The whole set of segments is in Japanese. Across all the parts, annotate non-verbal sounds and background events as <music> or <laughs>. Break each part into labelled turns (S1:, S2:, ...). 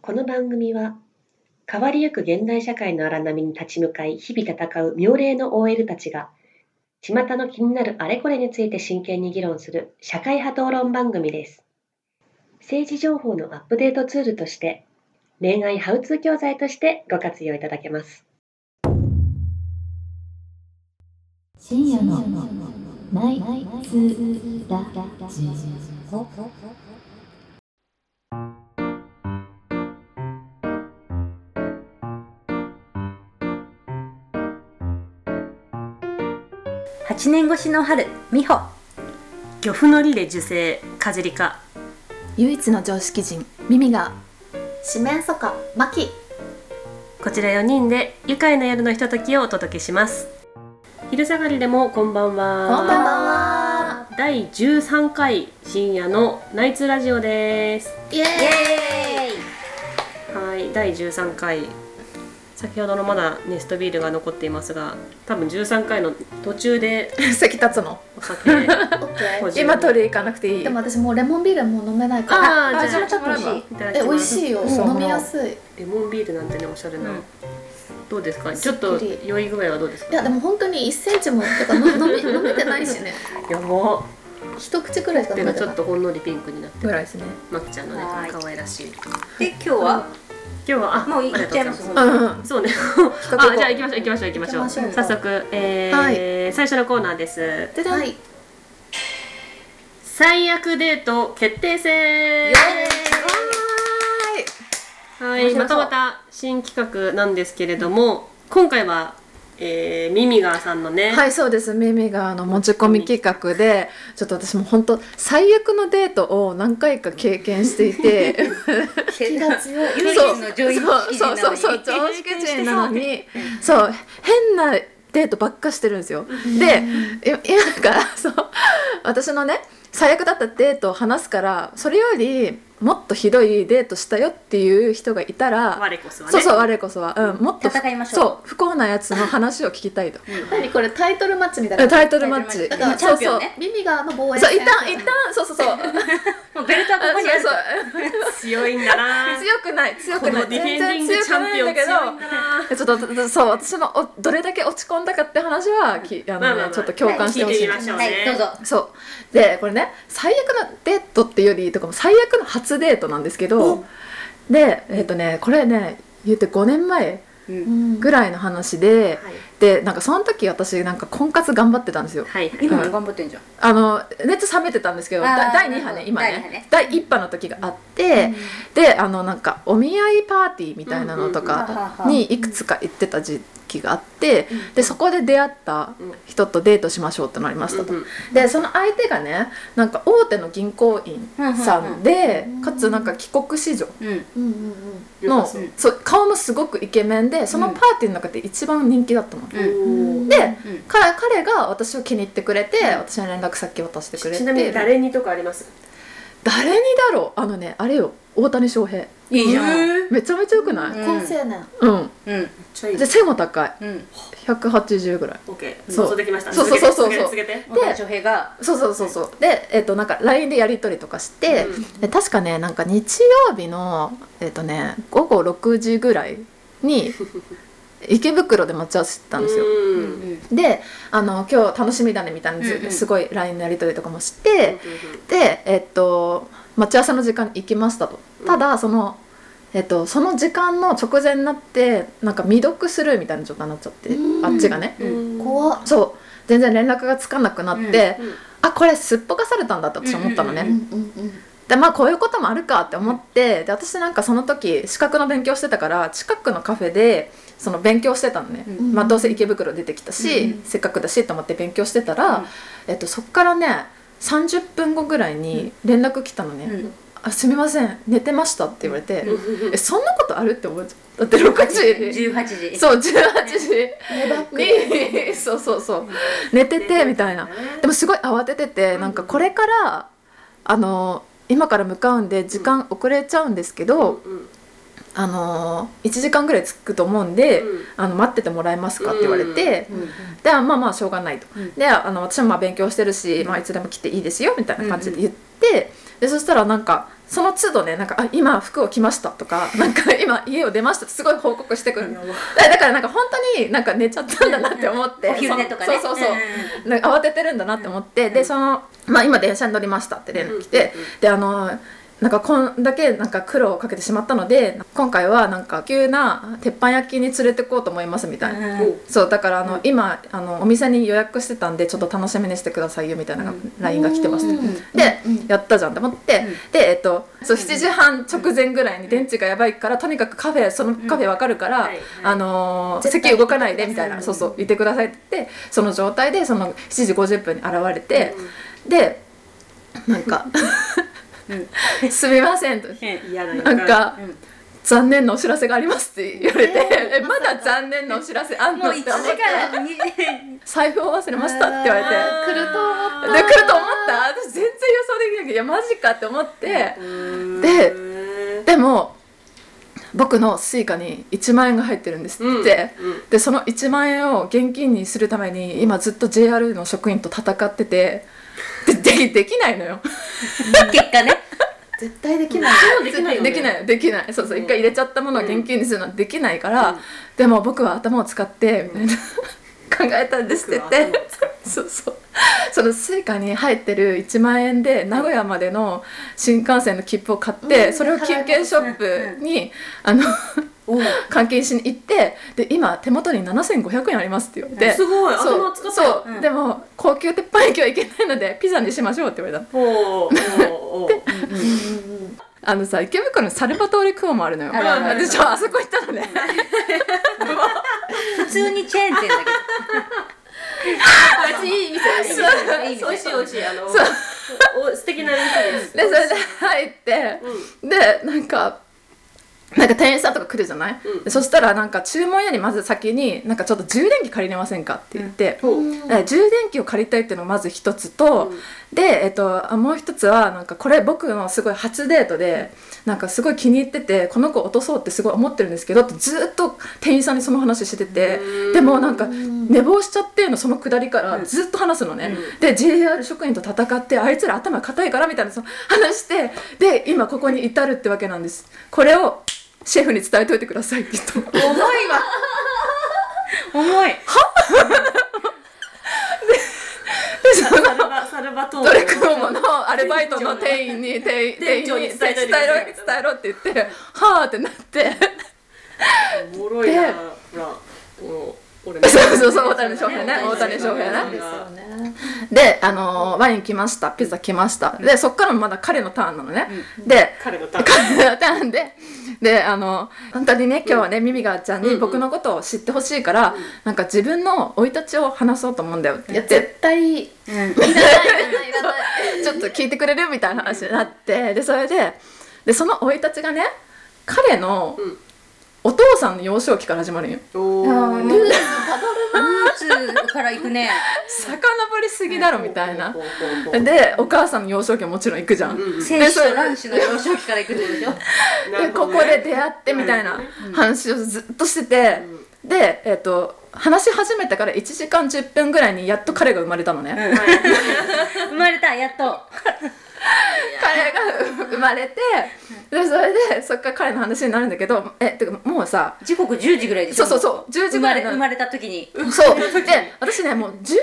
S1: この番組は変わりゆく現代社会の荒波に立ち向かい日々戦う妙齢の OL たちが巷の気になるあれこれについて真剣に議論する社会派討論番組です政治情報のアップデートツールとして恋愛ハウツー教材としてご活用いただけます
S2: 深夜のナイツラジオ
S3: 8年越しの春美穂
S4: 漁夫の利で受精かじりか
S5: 唯一の常識人ミミが
S6: 四面楚歌マキ
S4: こちら4人で愉快な夜のひとときをお届けします昼下がりでもこんばんは
S6: こんばんは
S4: 第13回深夜のナイツラジオです
S6: イエー
S4: はい第13回先ほどのまだネストビールが残っていますが多分13回の途
S6: <laughs>
S4: 中で
S5: 席立つの
S4: お酒
S6: イオッケ
S4: 個
S6: ー
S4: 人
S5: 今取り行かなくていい
S6: でも私もうレモンビールもう飲めないから
S4: あーじゃあ
S6: ちょっと欲しい
S4: いただき
S6: え
S4: ます
S6: 美味しいよ
S5: そう
S6: 飲みやすい
S4: レモンビールなんてねおしゃれな、
S3: うん
S4: どうですかち
S6: す
S4: ょ
S6: っ
S4: っ
S6: きり
S4: と酔い具合はどうですか
S6: いやでも本当に1センチもてかの飲 <laughs> み飲めてないしね
S4: やばっ
S6: 一口くらいしか
S4: で
S6: 飲め
S4: も
S6: て
S4: ちょ
S6: な
S4: っ
S6: い
S4: とほんのりピンクになって
S5: ぐらいですね
S4: まきちゃんのね
S3: はーい
S4: 可愛らしい今
S3: で今日は
S4: 日はあ
S3: もう行
S4: あり
S3: っ
S4: が
S3: ちゃいま
S4: とうござ
S3: す
S4: い
S3: 本
S5: う
S3: 当に
S5: んうん
S4: そうね
S5: こう
S4: あじゃあ行きましょう行きましょう行きましょう
S6: 行きましょう
S4: 早速、えー最初のコーナーです
S5: でで
S6: はい
S4: 最悪デート決定戦はいまたまた新企画なんですけれども今回は、えー、ミミガーさんのね、
S5: はいそうですミミがあの持ち込み企画でちょっと私も本当最悪のデートを何回か経験していて
S6: 気が強い
S3: 唯一
S5: そう
S3: の上位
S5: そうそうそうそう常識人なのにそう変なデートばっかしてるんですよでい今からそう私のね最悪だったデートを話すからそれよりもっとひどいデートしたよっていう人がいたら
S4: 我こそはね
S5: そうそう我こそは、うん、もっと
S3: 戦いましょう
S5: そう不幸なやつの話を聞きたいと
S6: 何これタイトルマッチみたいな
S5: タイトルマッチ
S3: だからチ
S5: そ
S3: ャ
S5: う
S3: ンピオ
S5: そ
S3: ン
S5: う
S3: ね
S6: ミミガーの防衛
S5: そう一
S6: 戦
S5: 旦一旦そうそう
S4: <laughs>
S5: そうあ
S3: もうベルトはここにある
S5: そう
S4: 強いんだな
S5: そう強くない強
S4: こ
S5: くな
S4: の
S5: い
S4: ディフェ
S5: 全然
S4: ンディング
S5: 強
S4: チャ
S5: く
S4: ン
S5: な
S4: ピ
S5: いん
S4: オ
S5: だ
S4: ン
S5: けど
S4: 強いんだな
S5: ちょっとそう私のおどれだけ落ち込んだかって話はきあの、ね
S4: まあまあまあ
S5: ちょっと共感してほし
S4: 聞い
S5: い
S4: てみましょうね、
S3: はいどうぞ
S5: そうでこれね最悪のデートっていうよりとかも最悪の初デートなんですけどでえっ、とねこれね言って5年前
S6: うん
S5: ぐらいの話で、
S4: はい
S5: でなんかその時私なんか婚活頑張ってたんですよ
S4: はいはい
S3: 今も頑張ってんじゃん
S5: あの熱冷めてたんですけど
S3: あー
S5: だ第2
S3: なる
S5: 波
S3: ほ
S5: ね
S3: ど
S5: 今
S3: 第二波
S5: ね
S3: ね
S5: 第1波の時があって、であのなんかお見合いパーティーみたいなのと
S3: うんうんうんは
S5: か
S3: はは
S5: にいくつか行ってた時期があって、でそこで出会った人とデートしましょうってなりましたと、
S4: うんうん
S5: でその相手がねなんか大手の銀行員さんで、
S6: うんうん
S5: かつなんか帰国子女
S3: うん
S6: うんうんうん
S5: の、
S3: うん
S5: そう顔もすごくイケメンでそのパーティーの中で一番人気だったの。
S3: うん
S4: おー
S5: で、
S3: ん
S5: 彼彼が私を気に入ってくれて、私の連絡先渡してくれて
S4: ちなみに誰にとかあります
S5: 誰にだろうあのねあれよ大谷翔平
S3: いいじゃん
S5: めちゃめちゃよくない、
S6: 高青年
S5: うん、
S3: うん
S4: ちょい
S5: で背も高い
S3: うん
S5: 180ぐらい
S4: OK
S5: そう
S4: 想像できました
S5: そうそうそうそう
S4: 続けて続けて
S3: 大谷翔平が
S5: そうそうそうそうでえっ、となんか LINE でやり取りとかして、で確かねなんか日曜日のえっ、とね午後6時ぐらいに池袋で待ち合わせてたんですよ、
S3: う
S4: うん
S3: ん
S5: であの今日楽しみだねみたいなず
S3: うんうん
S5: すごい LINE のやり取りとかもして、でえっと待ち合わせの時間に行きましたと
S4: うん
S5: ただその、えっと、その時間の直前になってなんか未読するみたいな状態になっちゃって
S6: うん
S5: あっちがね
S3: うん
S6: 怖っ
S5: そう全然連絡がつかなくなって、
S4: うんうん
S5: あこれすっぽかされたんだって私思ったのね、
S3: うん
S6: うんうんうん
S5: でまあこういうこともあるかって思ってで私なんかその時資格の勉強してたから近くのカフェでその勉強してたのね、
S3: うん
S5: まあ、どうせ池袋出てきたし、
S3: うん
S5: せっかくだしと思って勉強してたら、
S3: うん
S5: えっと、そっからね30分後ぐらいに連絡来たのね、
S3: うん
S5: あすみません寝てましたって言われて、
S4: うん
S5: えそんなことあるって思っちゃうだって6時
S3: 18時
S5: そう18時
S6: ネバック
S5: にそうそうそう寝ててみたいなでもすごい慌てててなんかこれからあの今から向かうんで時間遅れちゃうんですけど、
S4: うん
S5: あの1時間ぐらい着くと思うんで、
S4: うん
S5: あの待っててもらえますかって言われて、
S3: うん
S5: であまあまあしょうがないと、
S3: うん
S5: であの私もまあ勉強してるし、まあ、いつでも来ていいですよみたいな感じで言って、でそしたらなんかその都度ねなんかあ今服を着ましたとか
S3: <laughs>
S5: なんか今家を出ましたってすごい報告してくるのだだからなんか本当になんか寝ちゃったんだなって思って
S3: お昼寝とかね。
S5: そうそうそう、
S3: ん
S5: なんか慌ててるんだなって思って、でその、まあ、今電車に乗りましたって連絡来て、であのなんかこんだけなんか苦労をかけてしまったので今回はなんか急な鉄板焼きに連れてこうと思いますみたいな、
S3: うん
S5: そうだからあの、今あのお店に予約してたんでちょっと楽しみにしてくださいよみたいな LINE が来てました、で、やったじゃんと思って、で、えっと、そう7時半直前ぐらいに電池がやばいからとにかくカフェそのカフェわかるから、
S4: はいはい
S5: あのー
S6: 絶対
S5: 席動かないでみたいな、
S6: うん
S5: そうそういてくださいって言ってその状態でその7時50分に現れて、でなんか「 <laughs> すみません」と。
S4: 嫌な予
S5: な
S4: 感
S5: んか、
S3: うん
S5: 残念なお知らせがありますって言われて、
S6: えー
S5: えまだ残念なお知らせあん
S3: も
S5: の
S3: う
S5: っ
S3: 一
S5: て
S3: 時
S5: 思って
S3: 間に。
S5: 財布を忘れましたって言われて
S6: 来ると思った
S5: で来ると思った私全然予想できないけどいやマジかって思って、ででも僕のスイカに1万円が入ってるんです
S4: うん
S5: って、
S4: うん
S5: でその1万円を現金にするために今ずっと JR の職員と戦っててででできないのよ
S3: 結果ね。
S6: 絶対できない
S4: できないよね
S5: できないできないそうそう一回入れちゃったものを現金にするのはできないから、でも僕は頭を使ってみたいな <laughs> 考えたんですって言っ
S4: 僕は頭
S5: て
S4: を使っ
S5: <laughs> そうそうそのスイカに入ってる1万円で名古屋までの新幹線の切符を買って、
S6: うん
S5: それを金券ショップに、あの <laughs> 換金しに行ってで今手元に7500円ありますって言われて。
S4: すごい
S5: そ
S4: 頭
S5: う
S4: 使った
S5: そう、
S3: うん
S5: でも高級鉄板焼きはいけないのでピザにしましょうって言われたの
S4: ほうほうほう
S5: あのさ池袋のサルバトーレ・クオもあるのよ
S3: あるあるある
S5: でちょあそこ行ったのね
S3: 普通にチェーン店だけど。
S6: 味いい店
S4: 美味
S3: そうそう
S4: しい美味しい美味しいあの
S5: そう
S4: お素敵な店です
S5: でそれで入って、でなんかなんか店員さんとか来るじゃない、
S4: うん
S5: でそしたらなんか注文よりまず先になんかちょっと充電器借りれませんかって言って、
S4: うん
S5: え充電器を借りたいっていうのがまず一つと、で、えっと、あもう一つはなんかこれ僕のすごい初デートでなんかすごい気に入っててこの子落とそうってすごい思ってるんですけどってずっと店員さんにその話しててでもなんか寝坊しちゃってのそのくだりからずっと話すのね、で JR 職員と戦ってあいつら頭固いからみたいなその話してで今ここに至るってわけなんですこれをシェフに伝えといてくださいって言ったの
S4: <laughs>
S3: 重いわ。重い。
S4: サルバサルバトー
S5: ト
S4: レ
S5: レクロモのアルバイトの店員に店員
S4: 店長に
S5: 店員
S4: 伝えといてくだ
S5: 伝えろ
S4: さい
S5: 伝えろって言ってはあってなって
S4: おもろいな
S5: で
S4: ほらこの俺
S5: そうそうそう大谷翔平ね大谷翔平
S6: なん
S5: ね
S6: ですよね
S5: であのーワイン来ましたピザ来ましたでそっからまだ彼のターンなのねで
S4: 彼のターン
S5: 彼のターンでであの本当にね今日はねミミガーちゃんに僕のことを知ってほしいからなんか自分の生い立ちを話そうと思うんだよって
S6: い
S5: 言
S6: や
S5: って
S6: 絶対い
S3: うん。
S6: らないいらない
S5: ちょっと聞いてくれるみたいな話になってでそれででその生い立ちがね彼の
S4: ん
S5: お父さんの幼少期から始まるんよ
S4: お
S6: あー
S4: ー
S6: ルーツ
S3: ルーツから行くね。
S5: 遡りすぎだろみたいな
S4: ほうほうほうほう
S5: でお母さんの幼少期はもちろん行くじゃん、
S3: 選手と卵子の幼少期から行くってことでしょ。
S4: な
S5: で
S4: るほ
S5: こ
S4: ど
S5: こ
S4: ね
S5: で出会ってみたいな話をずっとしてて、でえっ、と話し始めてから1時間10分ぐらいにやっと彼が生まれたのね、
S3: 生まれたやっと。
S5: 彼が生まれてでそれでそっから彼の話になるんだけどえてかもうさ
S3: 時刻10時ぐらいでし
S5: そ
S3: ょ。
S5: うそうそう10
S3: 生
S5: 時ぐら
S3: ま
S5: い
S3: れ
S5: にな
S3: 生
S5: る
S3: まれた時に。
S5: そうで私ねもう10時10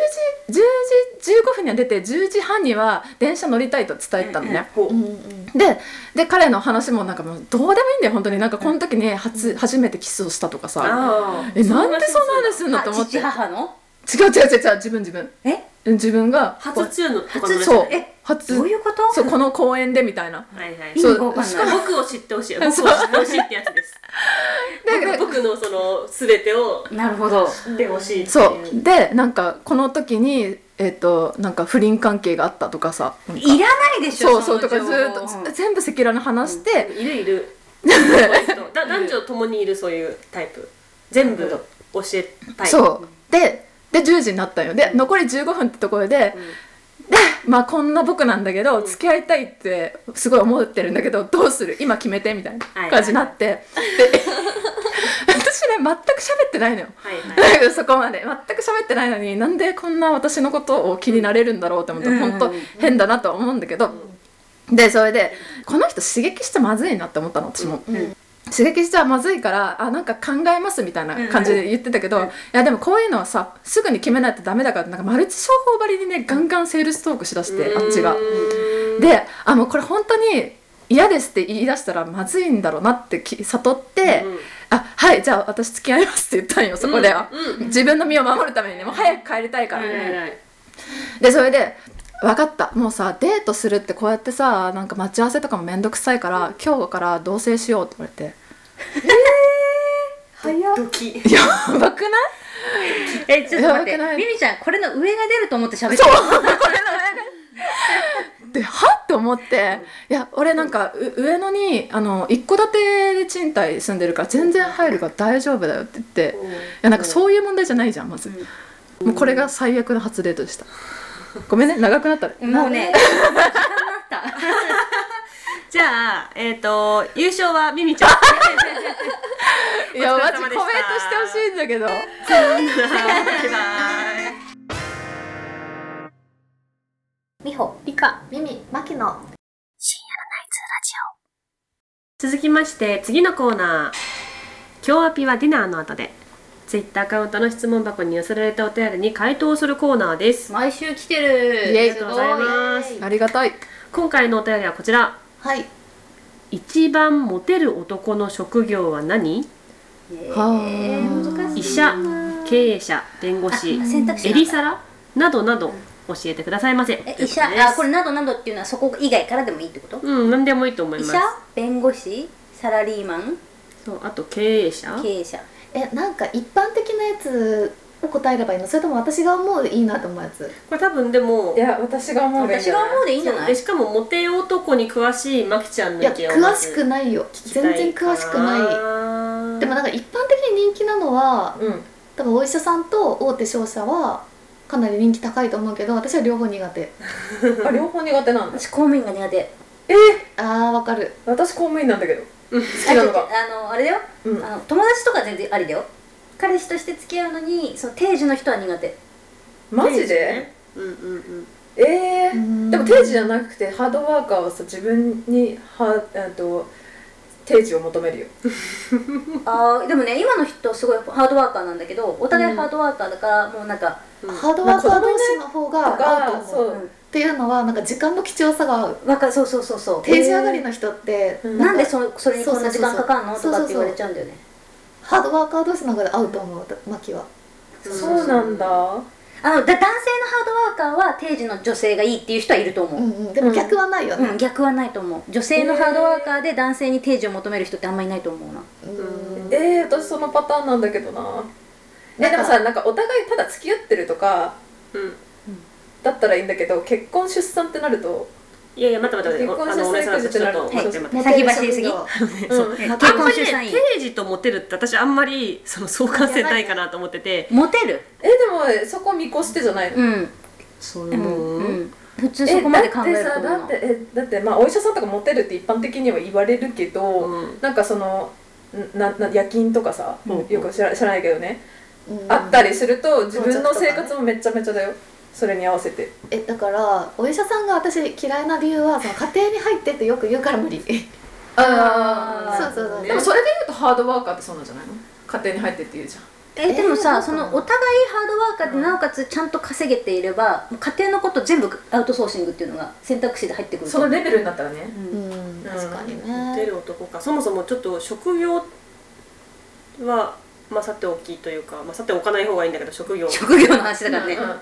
S5: 時15分には出て10時半には電車乗りたいと伝えたのね、
S4: ほう
S5: でで彼の話もなんかもうどうでもいいんだよ本当になんかこの時ね初初めてキスをしたとかさ
S4: あー
S5: えなんでそんな話すんの
S3: あ
S5: と思って
S3: 父母の。
S5: 違う違う違う違う自分自分
S3: え
S5: 自分が
S4: 初中のとかのね
S5: そう
S3: え
S5: 初
S3: どういうこと？
S5: そうこの公園でみたいな
S4: はいはい
S3: 意味がわかんない
S5: そうし。
S4: 僕を知ってほしい僕を知ってほしいってやつです
S5: で
S4: 僕のその全てを
S3: なるほど。
S4: 知ってほしいっていう
S5: そうでなんかこの時にえっ、となんか不倫関係があったとかさなんか
S3: いらないでし
S5: そ
S3: ょ。
S5: うそうとかずーっとず全部赤裸々に話して、
S4: いる
S5: <laughs>
S4: いるそういう人だ男女ともにいるそういうタイプ全部教えたい
S5: そうでで10時になったんよで残り15分ってところで、でまあこんな僕なんだけど、付き合いたいってすごい思ってるんだけどどうする今決めてみたいな
S4: はい
S5: 感じになって、 <laughs> で私ね全く喋ってないのよ、
S4: はいはい
S5: だけ <laughs> どそこまで全く喋ってないのになんでこんな私のことを気になれるんだろうって思って、
S3: うん
S5: 本当変だなとは思うんだけど、でそれでこの人刺激しちゃまずいなって思ったの私も、
S6: うん
S5: 刺激しちゃまずいからあなんか考えますみたいな感じで言ってたけど、いやでもこういうのはさすぐに決めないとダメだからなんかマルチ商法ばりにねガンガンセールストークしだしてあっちが。であもうこれ本当に嫌ですって言い出したらまずいんだろうなってき悟って、あはいじゃあ私付き合いますって言ったんよそこでは、自分の身を守るためにねもう早く帰りたいから、でそれで分かったもうさデートするってこうやってさなんか待ち合わせとかも面倒くさいから、今日から同棲しようって言われて
S3: ド
S4: <laughs>
S3: キ
S5: やばくない
S3: えちょっと待って
S5: やばくない
S3: ミミちゃんこれの上が出ると思って喋って
S5: そうこれの上ではって思っていや俺なんかう上野にあの一戸建てで賃貸住んでるから全然入るから大丈夫だよって言っていやなんかそういう問題じゃないじゃんまず、もうこれが最悪の初デートでしたごめんね長くなった
S3: もうね時間になった
S4: じゃあ、えっ、と、優勝はミミちゃん。
S5: いや
S4: お疲
S5: マ
S4: れ様
S5: ジ
S4: で
S5: コ
S4: した
S5: メントしてほしいんだけど
S4: バイバイ。
S6: みほりかみみまきの
S4: 続きまして次のコーナー今日アピはディナーの後でツイッターアカウントの質問箱に寄せられたお便りに回答するコーナーです
S3: 毎週来てる
S5: イエイ
S3: すご
S4: ありがとうございます
S5: ありがたい
S4: 今回のお便りはこちら
S6: はい
S4: 一番モテる男の職業は何
S5: は
S4: 医者経営者弁護士
S3: 選択肢
S4: エ
S3: なん
S4: リ
S3: だ
S4: サラなどなど教えてくださいませ
S3: え医者
S4: というとです
S3: あこれなどなどっていうのはそこ以外からでもいいってこと
S4: うん何でもいいと思い
S3: 医
S4: ます
S3: 者弁護士サラリーマン
S4: そうあと経営者
S3: 経営者
S6: えなんか一般的なやつを答えればいいのそれとも私が思ういいなと思うやつ
S4: これ多分でも
S5: や私が思
S3: 私が思うでいいんじゃ
S4: そう
S3: な
S4: で
S3: い
S4: しかもモテ男に詳しいマキちゃんの
S6: いや
S4: 意見をま
S6: 詳
S4: ず
S6: しくないよ
S4: 聞きた
S6: 全然詳しくない
S4: い
S6: でもなんか一般的に人気なのは
S4: うん
S6: 多分お医者さんと大手商社はかなり人気高いと思うけど私は両方苦手
S5: あ両方苦手なん
S3: 私公務員が苦手
S5: え
S6: あーわかる
S5: 私公務員なんだけど好
S3: あちょっとあのあれだよ、
S5: うん
S3: あの友達とか全然ありだよ彼氏として付き合うのにその定時の人は苦手
S5: マジでえ
S6: うーん
S5: ー、でも定時じゃなくてハードワーカーはさ自分にはえっと定時を求めるよ
S3: あーでもね今の人すごいハードワーカーなんだけどお互いハードワーカーだから、もうなんか
S6: ハードワーカー同士の方
S5: と
S6: が合
S5: か
S6: うと思う
S5: そ
S3: うん
S5: う
S6: っていうのはなんか時間の貴重さが合う
S3: わかそうそうそうそう
S6: 定時上がりの人って
S5: うん
S3: なんで
S6: か
S3: そそれにこんな時間かかんの
S6: そ
S3: と
S6: うそうそ
S3: か
S6: う
S3: って言われちゃうんだよね
S6: ハードワーカー同士の方が合うと思うマキは
S5: そうなんだ
S3: あのだ男性のハードワーカーは定時の女性がいいっていう人はいると思
S6: う
S3: う、
S6: んうんでも逆はないよ
S3: うん
S6: ね
S3: 逆はないと思う女性のハードワーカーで男性に定時を求める人ってあんまいないと思うな
S6: うん
S5: えー、私そのパターンなんだけどなえでもさなんかお互いただ付き合ってるとか
S4: うん
S5: だったらいいんだけど結婚出産ってなると、
S4: いやいや待って待って
S5: 結
S4: 待
S5: 婚
S4: ってあの
S5: 出
S4: 俺
S5: 産
S4: さん
S5: 育児
S4: ちょっと
S5: っ
S4: 待
S5: て
S4: っ
S5: な
S4: て
S5: る
S4: 待って
S3: はい先走りすぎ
S6: モテる職業
S5: うん
S3: 結
S4: あんま
S3: 婚
S4: り
S3: 出
S4: ね
S3: 産いい
S4: 定時とモテるって私あんまりその相関性ないかなと思ってて
S3: モテる
S5: えでもそこ見越してじゃないの
S3: うん
S4: そう
S3: でも、うん普通
S5: え
S3: そこまで考えると思う
S5: だ
S3: な
S5: ってさだってえだってまあお医者さんとかモテるって一般的には言われるけど、
S4: うん
S5: なんかそのんなな夜勤とかさ、
S4: うん
S5: よく知ら知らないけどね、
S6: うん
S5: あったりすると自分の生活もめちゃめちゃだよそれに合わせて
S6: えだからお医者さんが私嫌いな理由はその家庭に入ってってよく言うから無理
S5: あ
S6: そうそうそう
S5: でもそれで言うとハードワーカーってそうなんじゃないの家庭に入ってって言うじゃん
S3: えでも
S6: え
S3: さ、
S6: ー
S3: その
S6: そうかな
S3: お互いハードワーカーでなおかつちゃんと稼げていればもう家庭のこと全部アウトソーシングっていうのが選択肢で入ってくると
S5: そ
S3: 思
S5: の
S3: う
S5: レベルになったらね
S3: うん
S6: うん確かに
S4: モテ
S6: ね
S4: る男かそもそもちょっと職業はまあさておきというかまあさておかない方がいいんだけど職業
S3: 職業の話だからね、
S5: うん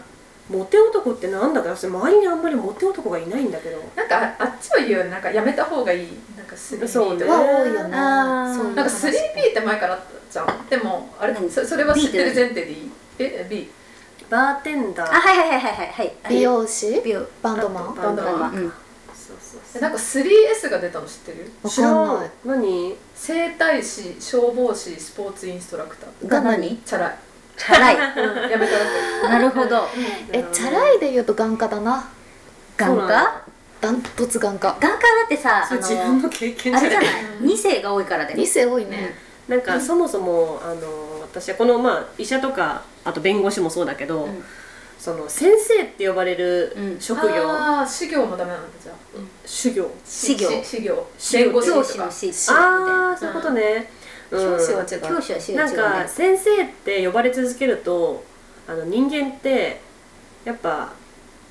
S4: モテ男ってなんだか私周りにあんまりモテ男がいないんだけど
S5: なんかああっちは言うよねなんかやめた方がいいなんかスリーピー
S4: そうね
S5: と
S6: は
S5: か
S6: 多いよね
S3: あー
S6: そういう
S5: なんか 3P って前からあったじゃんでもあれ
S3: 何
S5: そそれは知ってる前提でいいえ B
S4: バーテンダ
S3: あ
S4: ー
S3: はいはいはいはいはいはい
S6: 美容師
S3: 美容
S6: バンドマン
S5: バンドマン
S3: マンうん
S4: そうそう
S5: え
S4: そう
S5: なんか 3S が出たの知ってる
S6: わかんない
S4: 知らん何
S5: 整体師消防士スポーツインストラクター
S3: が何
S5: チャラい、
S3: チャラい
S5: うん、やめたらしい
S3: なるほど
S6: えチャラいで言うと眼科だな
S3: 眼科眼科だ
S6: ダントツ眼科
S3: ってさあ
S4: そう
S3: の
S4: 自分の経験
S3: あ
S4: じ
S3: れ
S4: ゃ
S3: じ
S4: な
S3: ゃ
S4: い
S3: ない2世が多いからだよ
S6: 2世多いね
S4: なんかそもそもあの私はこのまあ医者とかあと弁護士もそうだけど、
S3: うん
S4: その先生って呼ばれる
S3: うん
S4: 職業、あ
S7: ああ修行もダメなんだじゃあ修行
S3: 修行
S7: し修行
S4: 修行
S7: 弁護士
S3: 教
S7: と
S3: 師
S7: か
S3: の師師みたいな
S4: あーそういうことね、うん
S7: 教師は違う
S3: 教師は師
S4: な
S3: が違
S4: ん
S3: う
S4: か
S3: ね
S4: 先生って呼ばれ続けるとあの人間ってやっぱ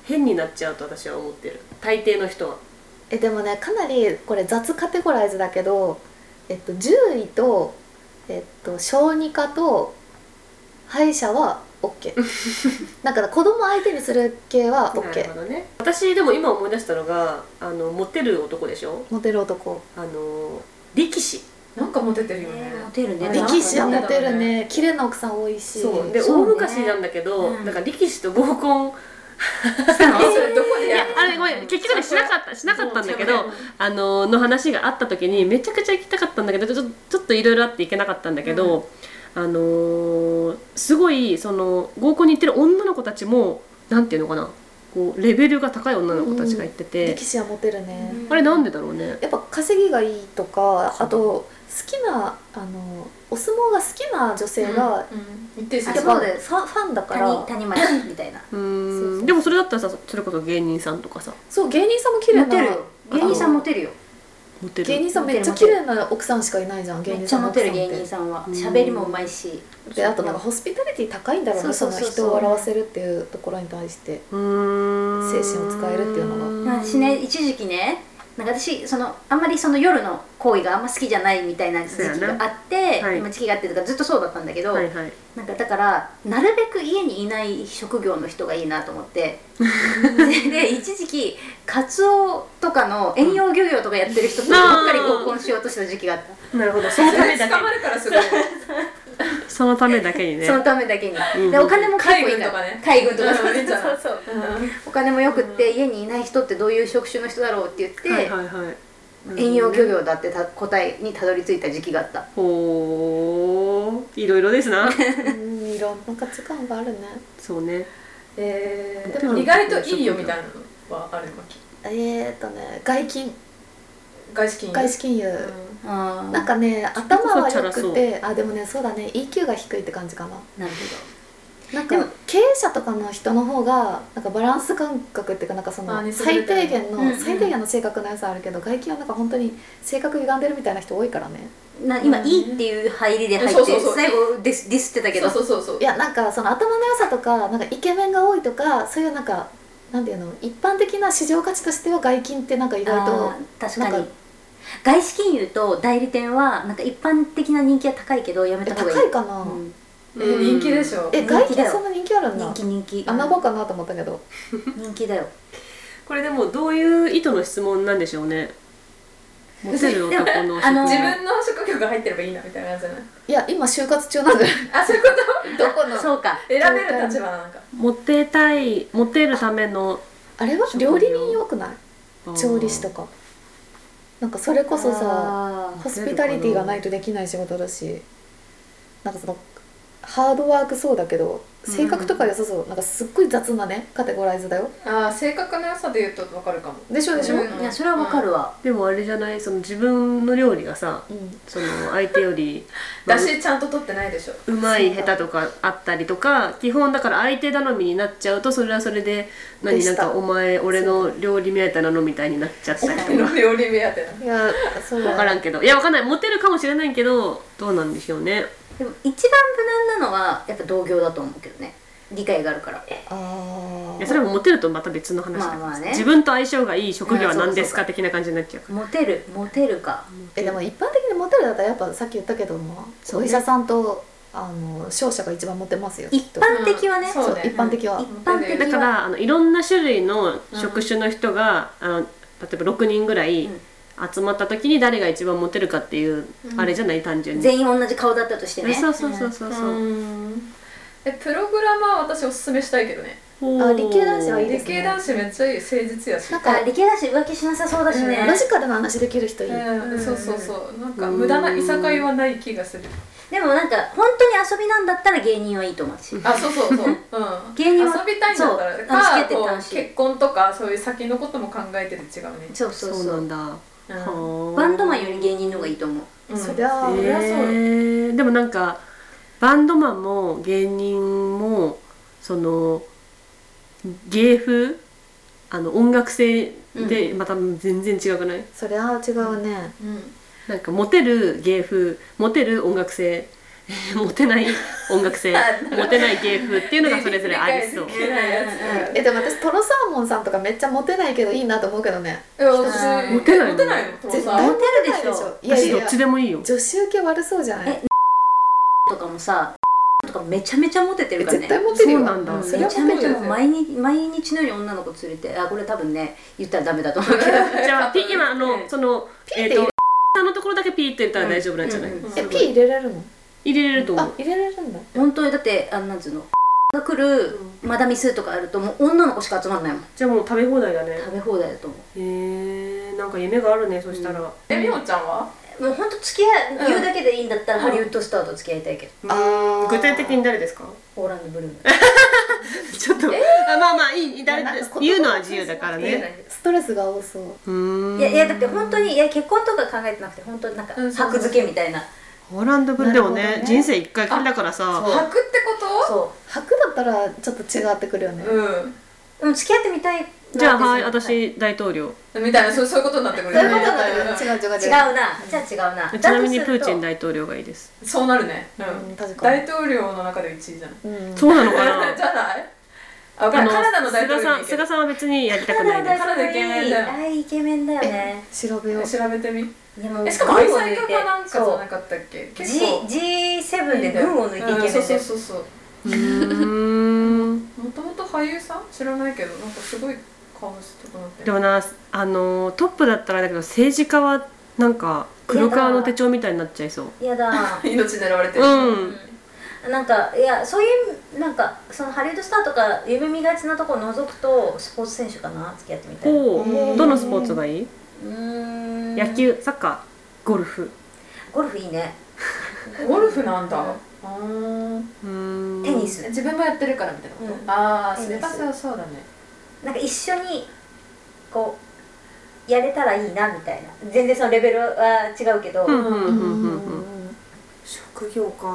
S4: 変になっちゃうと私は思ってる大抵の人は
S6: えでもねかなりこれ雑カテゴライズだけど、えっと、獣医と、えっと、小児科と歯医者は OK だから子供相手にする系は
S4: なる
S6: OK
S4: ほどね私でも今思い出したのがあのモテる男でしょ
S6: モテる男
S4: あの力士
S7: なんかモテてるよね
S3: モテるね
S7: あれ
S6: 力士は
S7: な
S6: モ
S7: んか
S6: テるね綺麗な奥さん多いし
S7: そう
S4: で
S3: そう
S4: 大
S3: ね
S4: 昔なんだけど、
S3: うん
S4: なんか力士と合コン
S7: あそれどこで
S4: いや
S7: やるの
S4: あれごめん結局ねしなかったしなかったんだけど
S7: そう
S4: あのの話があった時にめちゃくちゃ行きたかったんだけどちょちょっといろいろあって行けなかったんだけど、あのーすごいその合コンに行ってる女の子たちもなんていうのかなこうレベルが高い女の子たちが行ってて
S6: 力、士はモテるね、
S4: あれなんでだろうね
S6: やっぱ稼ぎがいいとかあと好きなあのお相撲が好きな女性が、
S7: うん一定数
S6: やっぱ
S3: そう
S6: フ
S3: だよ
S6: ァンファンだから
S3: 谷谷町みたいな
S4: う
S3: そうそ
S4: ー
S3: うん
S4: でもそれだったらさそれこそ芸人さんとかさ
S6: そう芸人さんも綺麗
S3: モテる
S6: な
S3: よ芸人さんモテるよ
S4: モテ
S6: 芸
S4: る
S6: 人さんめっちゃ綺麗な奥さんしかいないじゃん芸
S3: めっ
S6: 人
S3: ち
S6: さ
S3: ゃ
S6: んの
S3: モ
S6: 奥さんっ
S3: テる
S6: て
S3: 芸人さんは
S4: うん
S3: 喋りもうまいし
S6: であとなんかホスピタリティ高いんだろうね
S3: そ
S6: そうの
S3: そうそうそう
S6: 人を笑わせるっていうところに対して
S4: うーん
S6: 精神を使えるっていうの
S3: なんかしね一時期ねなんか私そのあんまりその夜の行為があんま好きじゃないみたいな時期があって、
S4: そうやなはい
S3: 今時期があってとかずっとそうだったんだけど、
S4: はいはい
S3: なんかだからなるべく家にいない職業の人がいいなと思ってで一時期カツオとかの遠洋漁業とかやってる人とばっかり合コンしようとした時期があった、
S4: なるほど <laughs> そのためだ
S7: 捕まるからす <laughs> ごい
S4: けそのためだけにね
S3: そのためだけに、
S4: うん
S3: でお金も結構いいから海軍とか,、
S7: うんいいんじゃ
S3: <laughs>
S7: ない
S3: そうそうお金もよくって家にいない人ってどういう職種の人だろうって言って、
S4: はいはいはい
S3: 遠洋漁業だってた答えにたどり着いた時期があった
S4: ほーいろいろですな
S6: うんいろんな価値観があるね
S4: そうね
S7: えーでも意外といいよみたいなのはあるわけ
S6: えー、っとね外金
S7: 外資金融
S6: 外資金融、
S7: う
S3: あ
S6: なんかね頭は良
S4: ちょっと
S6: く
S4: チ
S6: てあでもねそうだね EQ が低いって感じかな
S3: なるほ
S6: なんか経営者とかの人の方がなんかバランス感覚っていうかなんかそ
S7: あ
S6: の
S7: ね
S6: 最低限
S3: うんう
S6: の
S3: ん
S6: 最低限の性格の良さあるけど外見はなんか本当に性格歪んでるみたいな人多いからね
S3: どな今、いいっていう入りで入って
S7: そうそうそう
S3: 最後ディスディスってたけど
S7: そうそうそうそう
S6: いやなんかその頭の良さとかなんかイケメンが多いとかそういうなんかなんていうの一般的な市場価値としては外見ってなんか意外と
S3: あー確か
S6: なん
S3: に
S6: か
S3: 外資金融と代理店はなんか一般的な人気は高いけどやめ
S6: え
S3: た方がいい
S6: 高いかな、
S3: うん
S7: えー人気でしょ
S6: え
S3: 人気だ
S6: 外見
S3: よ
S6: そんな人気あるんだ
S3: 人気人気
S6: 穴場かなと思ったけど
S3: 人気だよ
S4: これでもどういう意図の質問なんでしょうねモテる男の
S3: あの
S4: 職
S7: 自
S4: 業
S7: 分の職業が入ってればいいなみたいなやつじゃない
S6: いや今就活中なんで
S7: あそういうこと
S6: どこの
S3: そうか
S7: 選べる立場なのか
S4: モテたいモテるための
S6: あれは料理人よくない
S4: あー
S6: 調理師とかなんかそれこそさ
S3: あ
S6: ホスピタリティがないとできない仕事だしなんかそのハードワークそうだけど性格とか良さそう、なんかすっごい雑なねカテゴライズだよ
S7: ああ性格の良さで言うと分かるかも
S6: でしょでしょ、
S7: う
S6: うんん
S3: ーいやそれはわかるわ、
S4: でもあれじゃないその自分の料理がさその相手よ
S6: <laughs>
S4: り
S7: だしちゃんと取ってないでしょ
S4: うまい下手とかあったりとか基本だから相手頼みになっちゃうとそれはそれで何
S6: で
S4: な
S6: し
S4: ん
S6: た
S4: かお前俺の料理目当てなのみたいになっちゃったりとか
S7: 料理目当てない
S6: やそう
S4: 分か
S6: だ
S4: ら
S6: ね
S4: んけどいや分かんないモテるかもしれないけどどうなんでしょうね
S3: でも一番無難なのはやっぱ同業だと思うけどね理解があるから
S6: あ
S4: いやそ
S6: ー
S4: れもモテるとまた別の話だから、
S3: まあまあね
S4: 自分と相性がいい職業は
S3: うんそうか
S4: 何ですか的な感じになっちゃうか
S3: モテるモテるか
S6: えでも一般的にモテるだったらやっぱさっき言ったけども、
S4: そう
S6: お医
S4: ね
S6: 者さんとあの商社が一番モテますよきっ
S3: 一
S6: と
S3: 般的はね、
S7: うん
S3: そう
S7: そ
S6: そうう
S7: ね
S6: 一般的は、
S3: 一般的は
S4: らだからあのいろんな種類の職種の人が、あの例えば6人ぐらい
S3: うん
S4: 集まった時に誰が一番モテるかっていう、あれじゃない単純に、
S3: 全員同じ顔だったとしてね
S4: そうそうそうそうそう、
S7: えプログラマー私おすすめしたいけどね
S4: ほう
S6: あ理系男子はいい
S7: 理
S6: ですね
S7: 系男子めっちゃいい誠実やし
S6: なん
S3: あ
S6: か
S3: 理系だし浮気しなさそうだしね、
S7: うん
S6: ロジカルな話できる人いい、
S7: うんそうそうそうなんか無駄ないさかいはない気がする
S3: でもなんか本当に遊びなんだったら芸人はいいと思うし
S7: あそうそうそう、うん、
S3: 芸人は
S7: 遊びたいんだった
S3: そう
S7: ら
S3: 助けて
S7: こう
S3: 楽しい
S7: 結婚とかそういう先のことも考えてて違うね
S3: そうそう
S4: そう
S3: そう
S4: なんだ、
S7: うん
S4: はあ
S3: バンドマンより芸人の方がいいと思う
S7: うん
S6: そりゃあ、
S7: そりゃそうよ
S4: えーでもなんかバンドマンも芸人もその芸風あの音楽性でまた全然違くない、
S6: それは違うね、
S4: なんかモテる芸風モテる音楽性 <laughs> モテない音楽性モテない芸風っていうのがそれぞれありそう
S7: 理解できないやつが
S6: えでも私トロサーモンさんとかめっちゃモテないけどいいなと思うけどね
S7: え私
S4: モテないの
S7: モテないの父
S6: 絶
S7: さ
S6: 対
S7: ん
S6: モテないでしょいやい
S4: 私ど
S6: や
S4: っちでもいいよ
S6: 女子受け悪そうじゃない、
S3: えとかもさとかめちゃめちゃモテてるからね
S6: 絶対モテる
S4: そ
S6: よ
S4: うなんだ、
S7: うん
S4: じ
S7: それ
S3: め
S7: は
S3: ちゃめちゃもう毎日毎日のように女の子連れてあこれ多分ね言ったらダメだと思うけど
S4: ゃあピ今あのそのえっ、とさんのところだけピーって入れたら大丈夫なんじゃない、
S3: うんうんうん
S6: えピー入れられるの
S4: 入れれると思う
S6: あ入れられるんだ
S3: 本当にだってあのなんつうのが来るマダミスとかあるともう女の子しか集まんないもん
S4: じゃあもう食べ放題だね
S3: 食べ放題だと思
S4: へえー、なんか夢があるねそしたら、
S7: えみほちゃんは
S3: うもう本当付き合い言うだけでいいんだったらハリウッドスターと付き合いたいけど
S6: あ
S4: 具体的に誰ですか
S3: オーランドブルーム
S4: <laughs> ちょっと、あまあまあいい誰
S6: いやなんか
S4: 言うのは自由だからね
S6: ストレスが多そう
S4: うーん
S3: いやいやだって本当にいや結婚とか考えてなくて本当になんか
S7: うんそう
S3: 箔付けみたいな
S4: ホランダ分でもね
S6: なるほどね
S4: 人生一回きりだから
S7: 履く
S4: さ
S7: ってこ
S3: そ
S6: 白だったらちょっと違ってくるよね、
S7: とう
S3: うでも付き合ってみたいな
S4: じゃあはい
S3: ですよ
S4: 私大統領
S7: んみたいなそうそういうことになってくる
S6: そう
S7: よ
S6: いう
S7: ね
S6: ことになるよね違う違う
S3: 違うなじゃあ違うな
S4: ちなみに
S3: だとする
S4: プー
S3: と
S4: チン大統領がいいです
S7: そうなるねう
S6: うん
S7: ん
S6: 確かに
S7: 大統領の中で1位じゃない
S6: うん
S4: そうなのか
S5: <laughs>
S7: <laughs>
S4: な
S7: じゃないあわかんないカナダの大
S4: 菅
S7: 統領
S4: さん
S7: に行
S4: 菅さんは別にやりたくないです
S7: カナダイケメンだよ
S3: あイケメンだよね
S6: 調べよう
S7: け調べてみ
S3: でも
S7: えしかも愛妻家かなんかじゃなかったっけ
S3: そ
S7: 結
S3: う
S7: 構
S3: G G7 で群を抜いてイ
S7: うん
S3: ケメン
S7: そう
S3: だ
S7: そう
S3: よ
S7: そうそう
S4: うーん
S7: もともと俳優さん知らないけどなんかすごい顔してくなって
S4: でもなあのトップだったらあれだけど政治家はなんか黒川の手帳みたいになっちゃいそう
S3: やだ
S7: <laughs> 命狙われてる
S4: うん
S3: なんかいやそういうなんかそのハリウッドスターとか夢見がちなところを除くとスポーツ選手かな付き合ってみたいなう
S4: こうどのスポーツがいい
S3: ーん
S4: 野球サッカーゴルフ
S3: ゴルフいいね
S7: ゴルフなんだうん
S4: うーん
S3: テニス
S7: 自分もやってるからみたいなこと、
S3: うん
S7: ああ
S3: テニ
S7: そ
S3: ス
S7: れはそうそうだね
S3: なんか一緒にこうやれたらいいなみたいな全然そのレベルは違うけど、
S4: うんうんうんうん
S6: う
S4: うん
S6: ん
S1: 職業か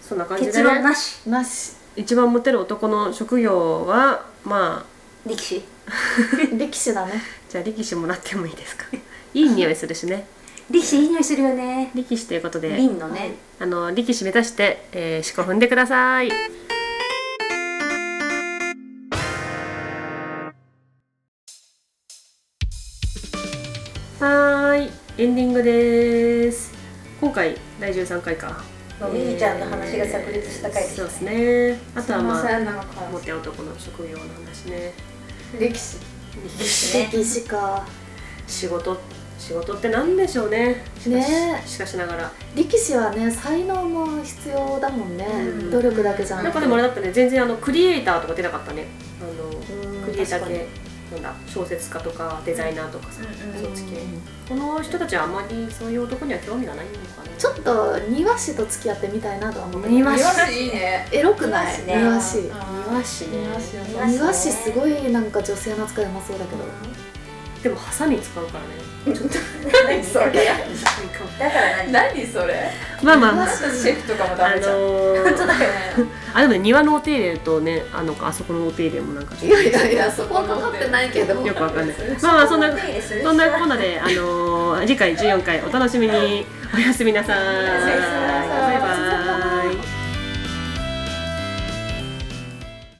S4: そんな感じ
S3: 結
S4: で
S3: 論
S4: ね
S3: なし
S6: なし
S4: 一番モテる男の職業はまあ
S3: 力士
S6: 力士だね
S4: じゃあ力士もらってもいいですかいい匂いするしね
S3: 力士いい匂いするよね
S4: 力士ということで
S3: 瓶のね
S4: あの力士目指して、えー、四股踏んでくださいはーいエンディングです今回第13回か
S3: まあお兄ちゃんの話が炸裂した回でし
S4: そう
S3: た
S4: ですねあとはまあ
S7: なんか
S4: モテ男の職業なんだしね
S7: 歴史
S4: 力士
S3: ね
S6: 力士か
S4: 仕事仕事って何でしょうねしかし,、
S6: ね
S4: しかしながら
S6: 力士はね才能も必要だもんね、
S4: うん
S6: 努力だけじゃ
S4: なんんかでもあれだったね全然あのクリエイターとか出なかったねあの
S6: うん
S4: クリエイター
S6: 確か
S4: 系なんだ小説家とかデザイナーとかさ、
S3: うんうん
S4: そっち
S6: に
S4: 系この人たちはあまりそういう男には興味がないのかな
S6: ちょっと庭師と付き合ってみたいなとは思うけど
S4: 庭師
S7: 庭師いいね
S6: エロくない
S3: 庭師ね
S6: 庭師
S4: 庭師ね
S7: 庭師よ
S3: 庭師
S6: 庭師すごいなんか女性の扱いもそうだけど、
S4: でもハサミ使うからね <laughs>
S3: 何それだから何
S7: 何それ
S4: まあま
S7: あ
S4: あ
S7: とシェフとかも
S4: あ
S7: ダメじゃん、
S4: の
S3: <laughs>
S4: ー、
S7: だよね
S4: あでもね庭のお手入れとねあのあそこのお手入れもなんかちょっ
S6: いや <laughs> いやそこはかかってないけど
S4: とよくわかんないまあまあそんな
S3: 手入れする
S4: そんなこんなで、あのー次回14回お楽しみにおやすみなさーい。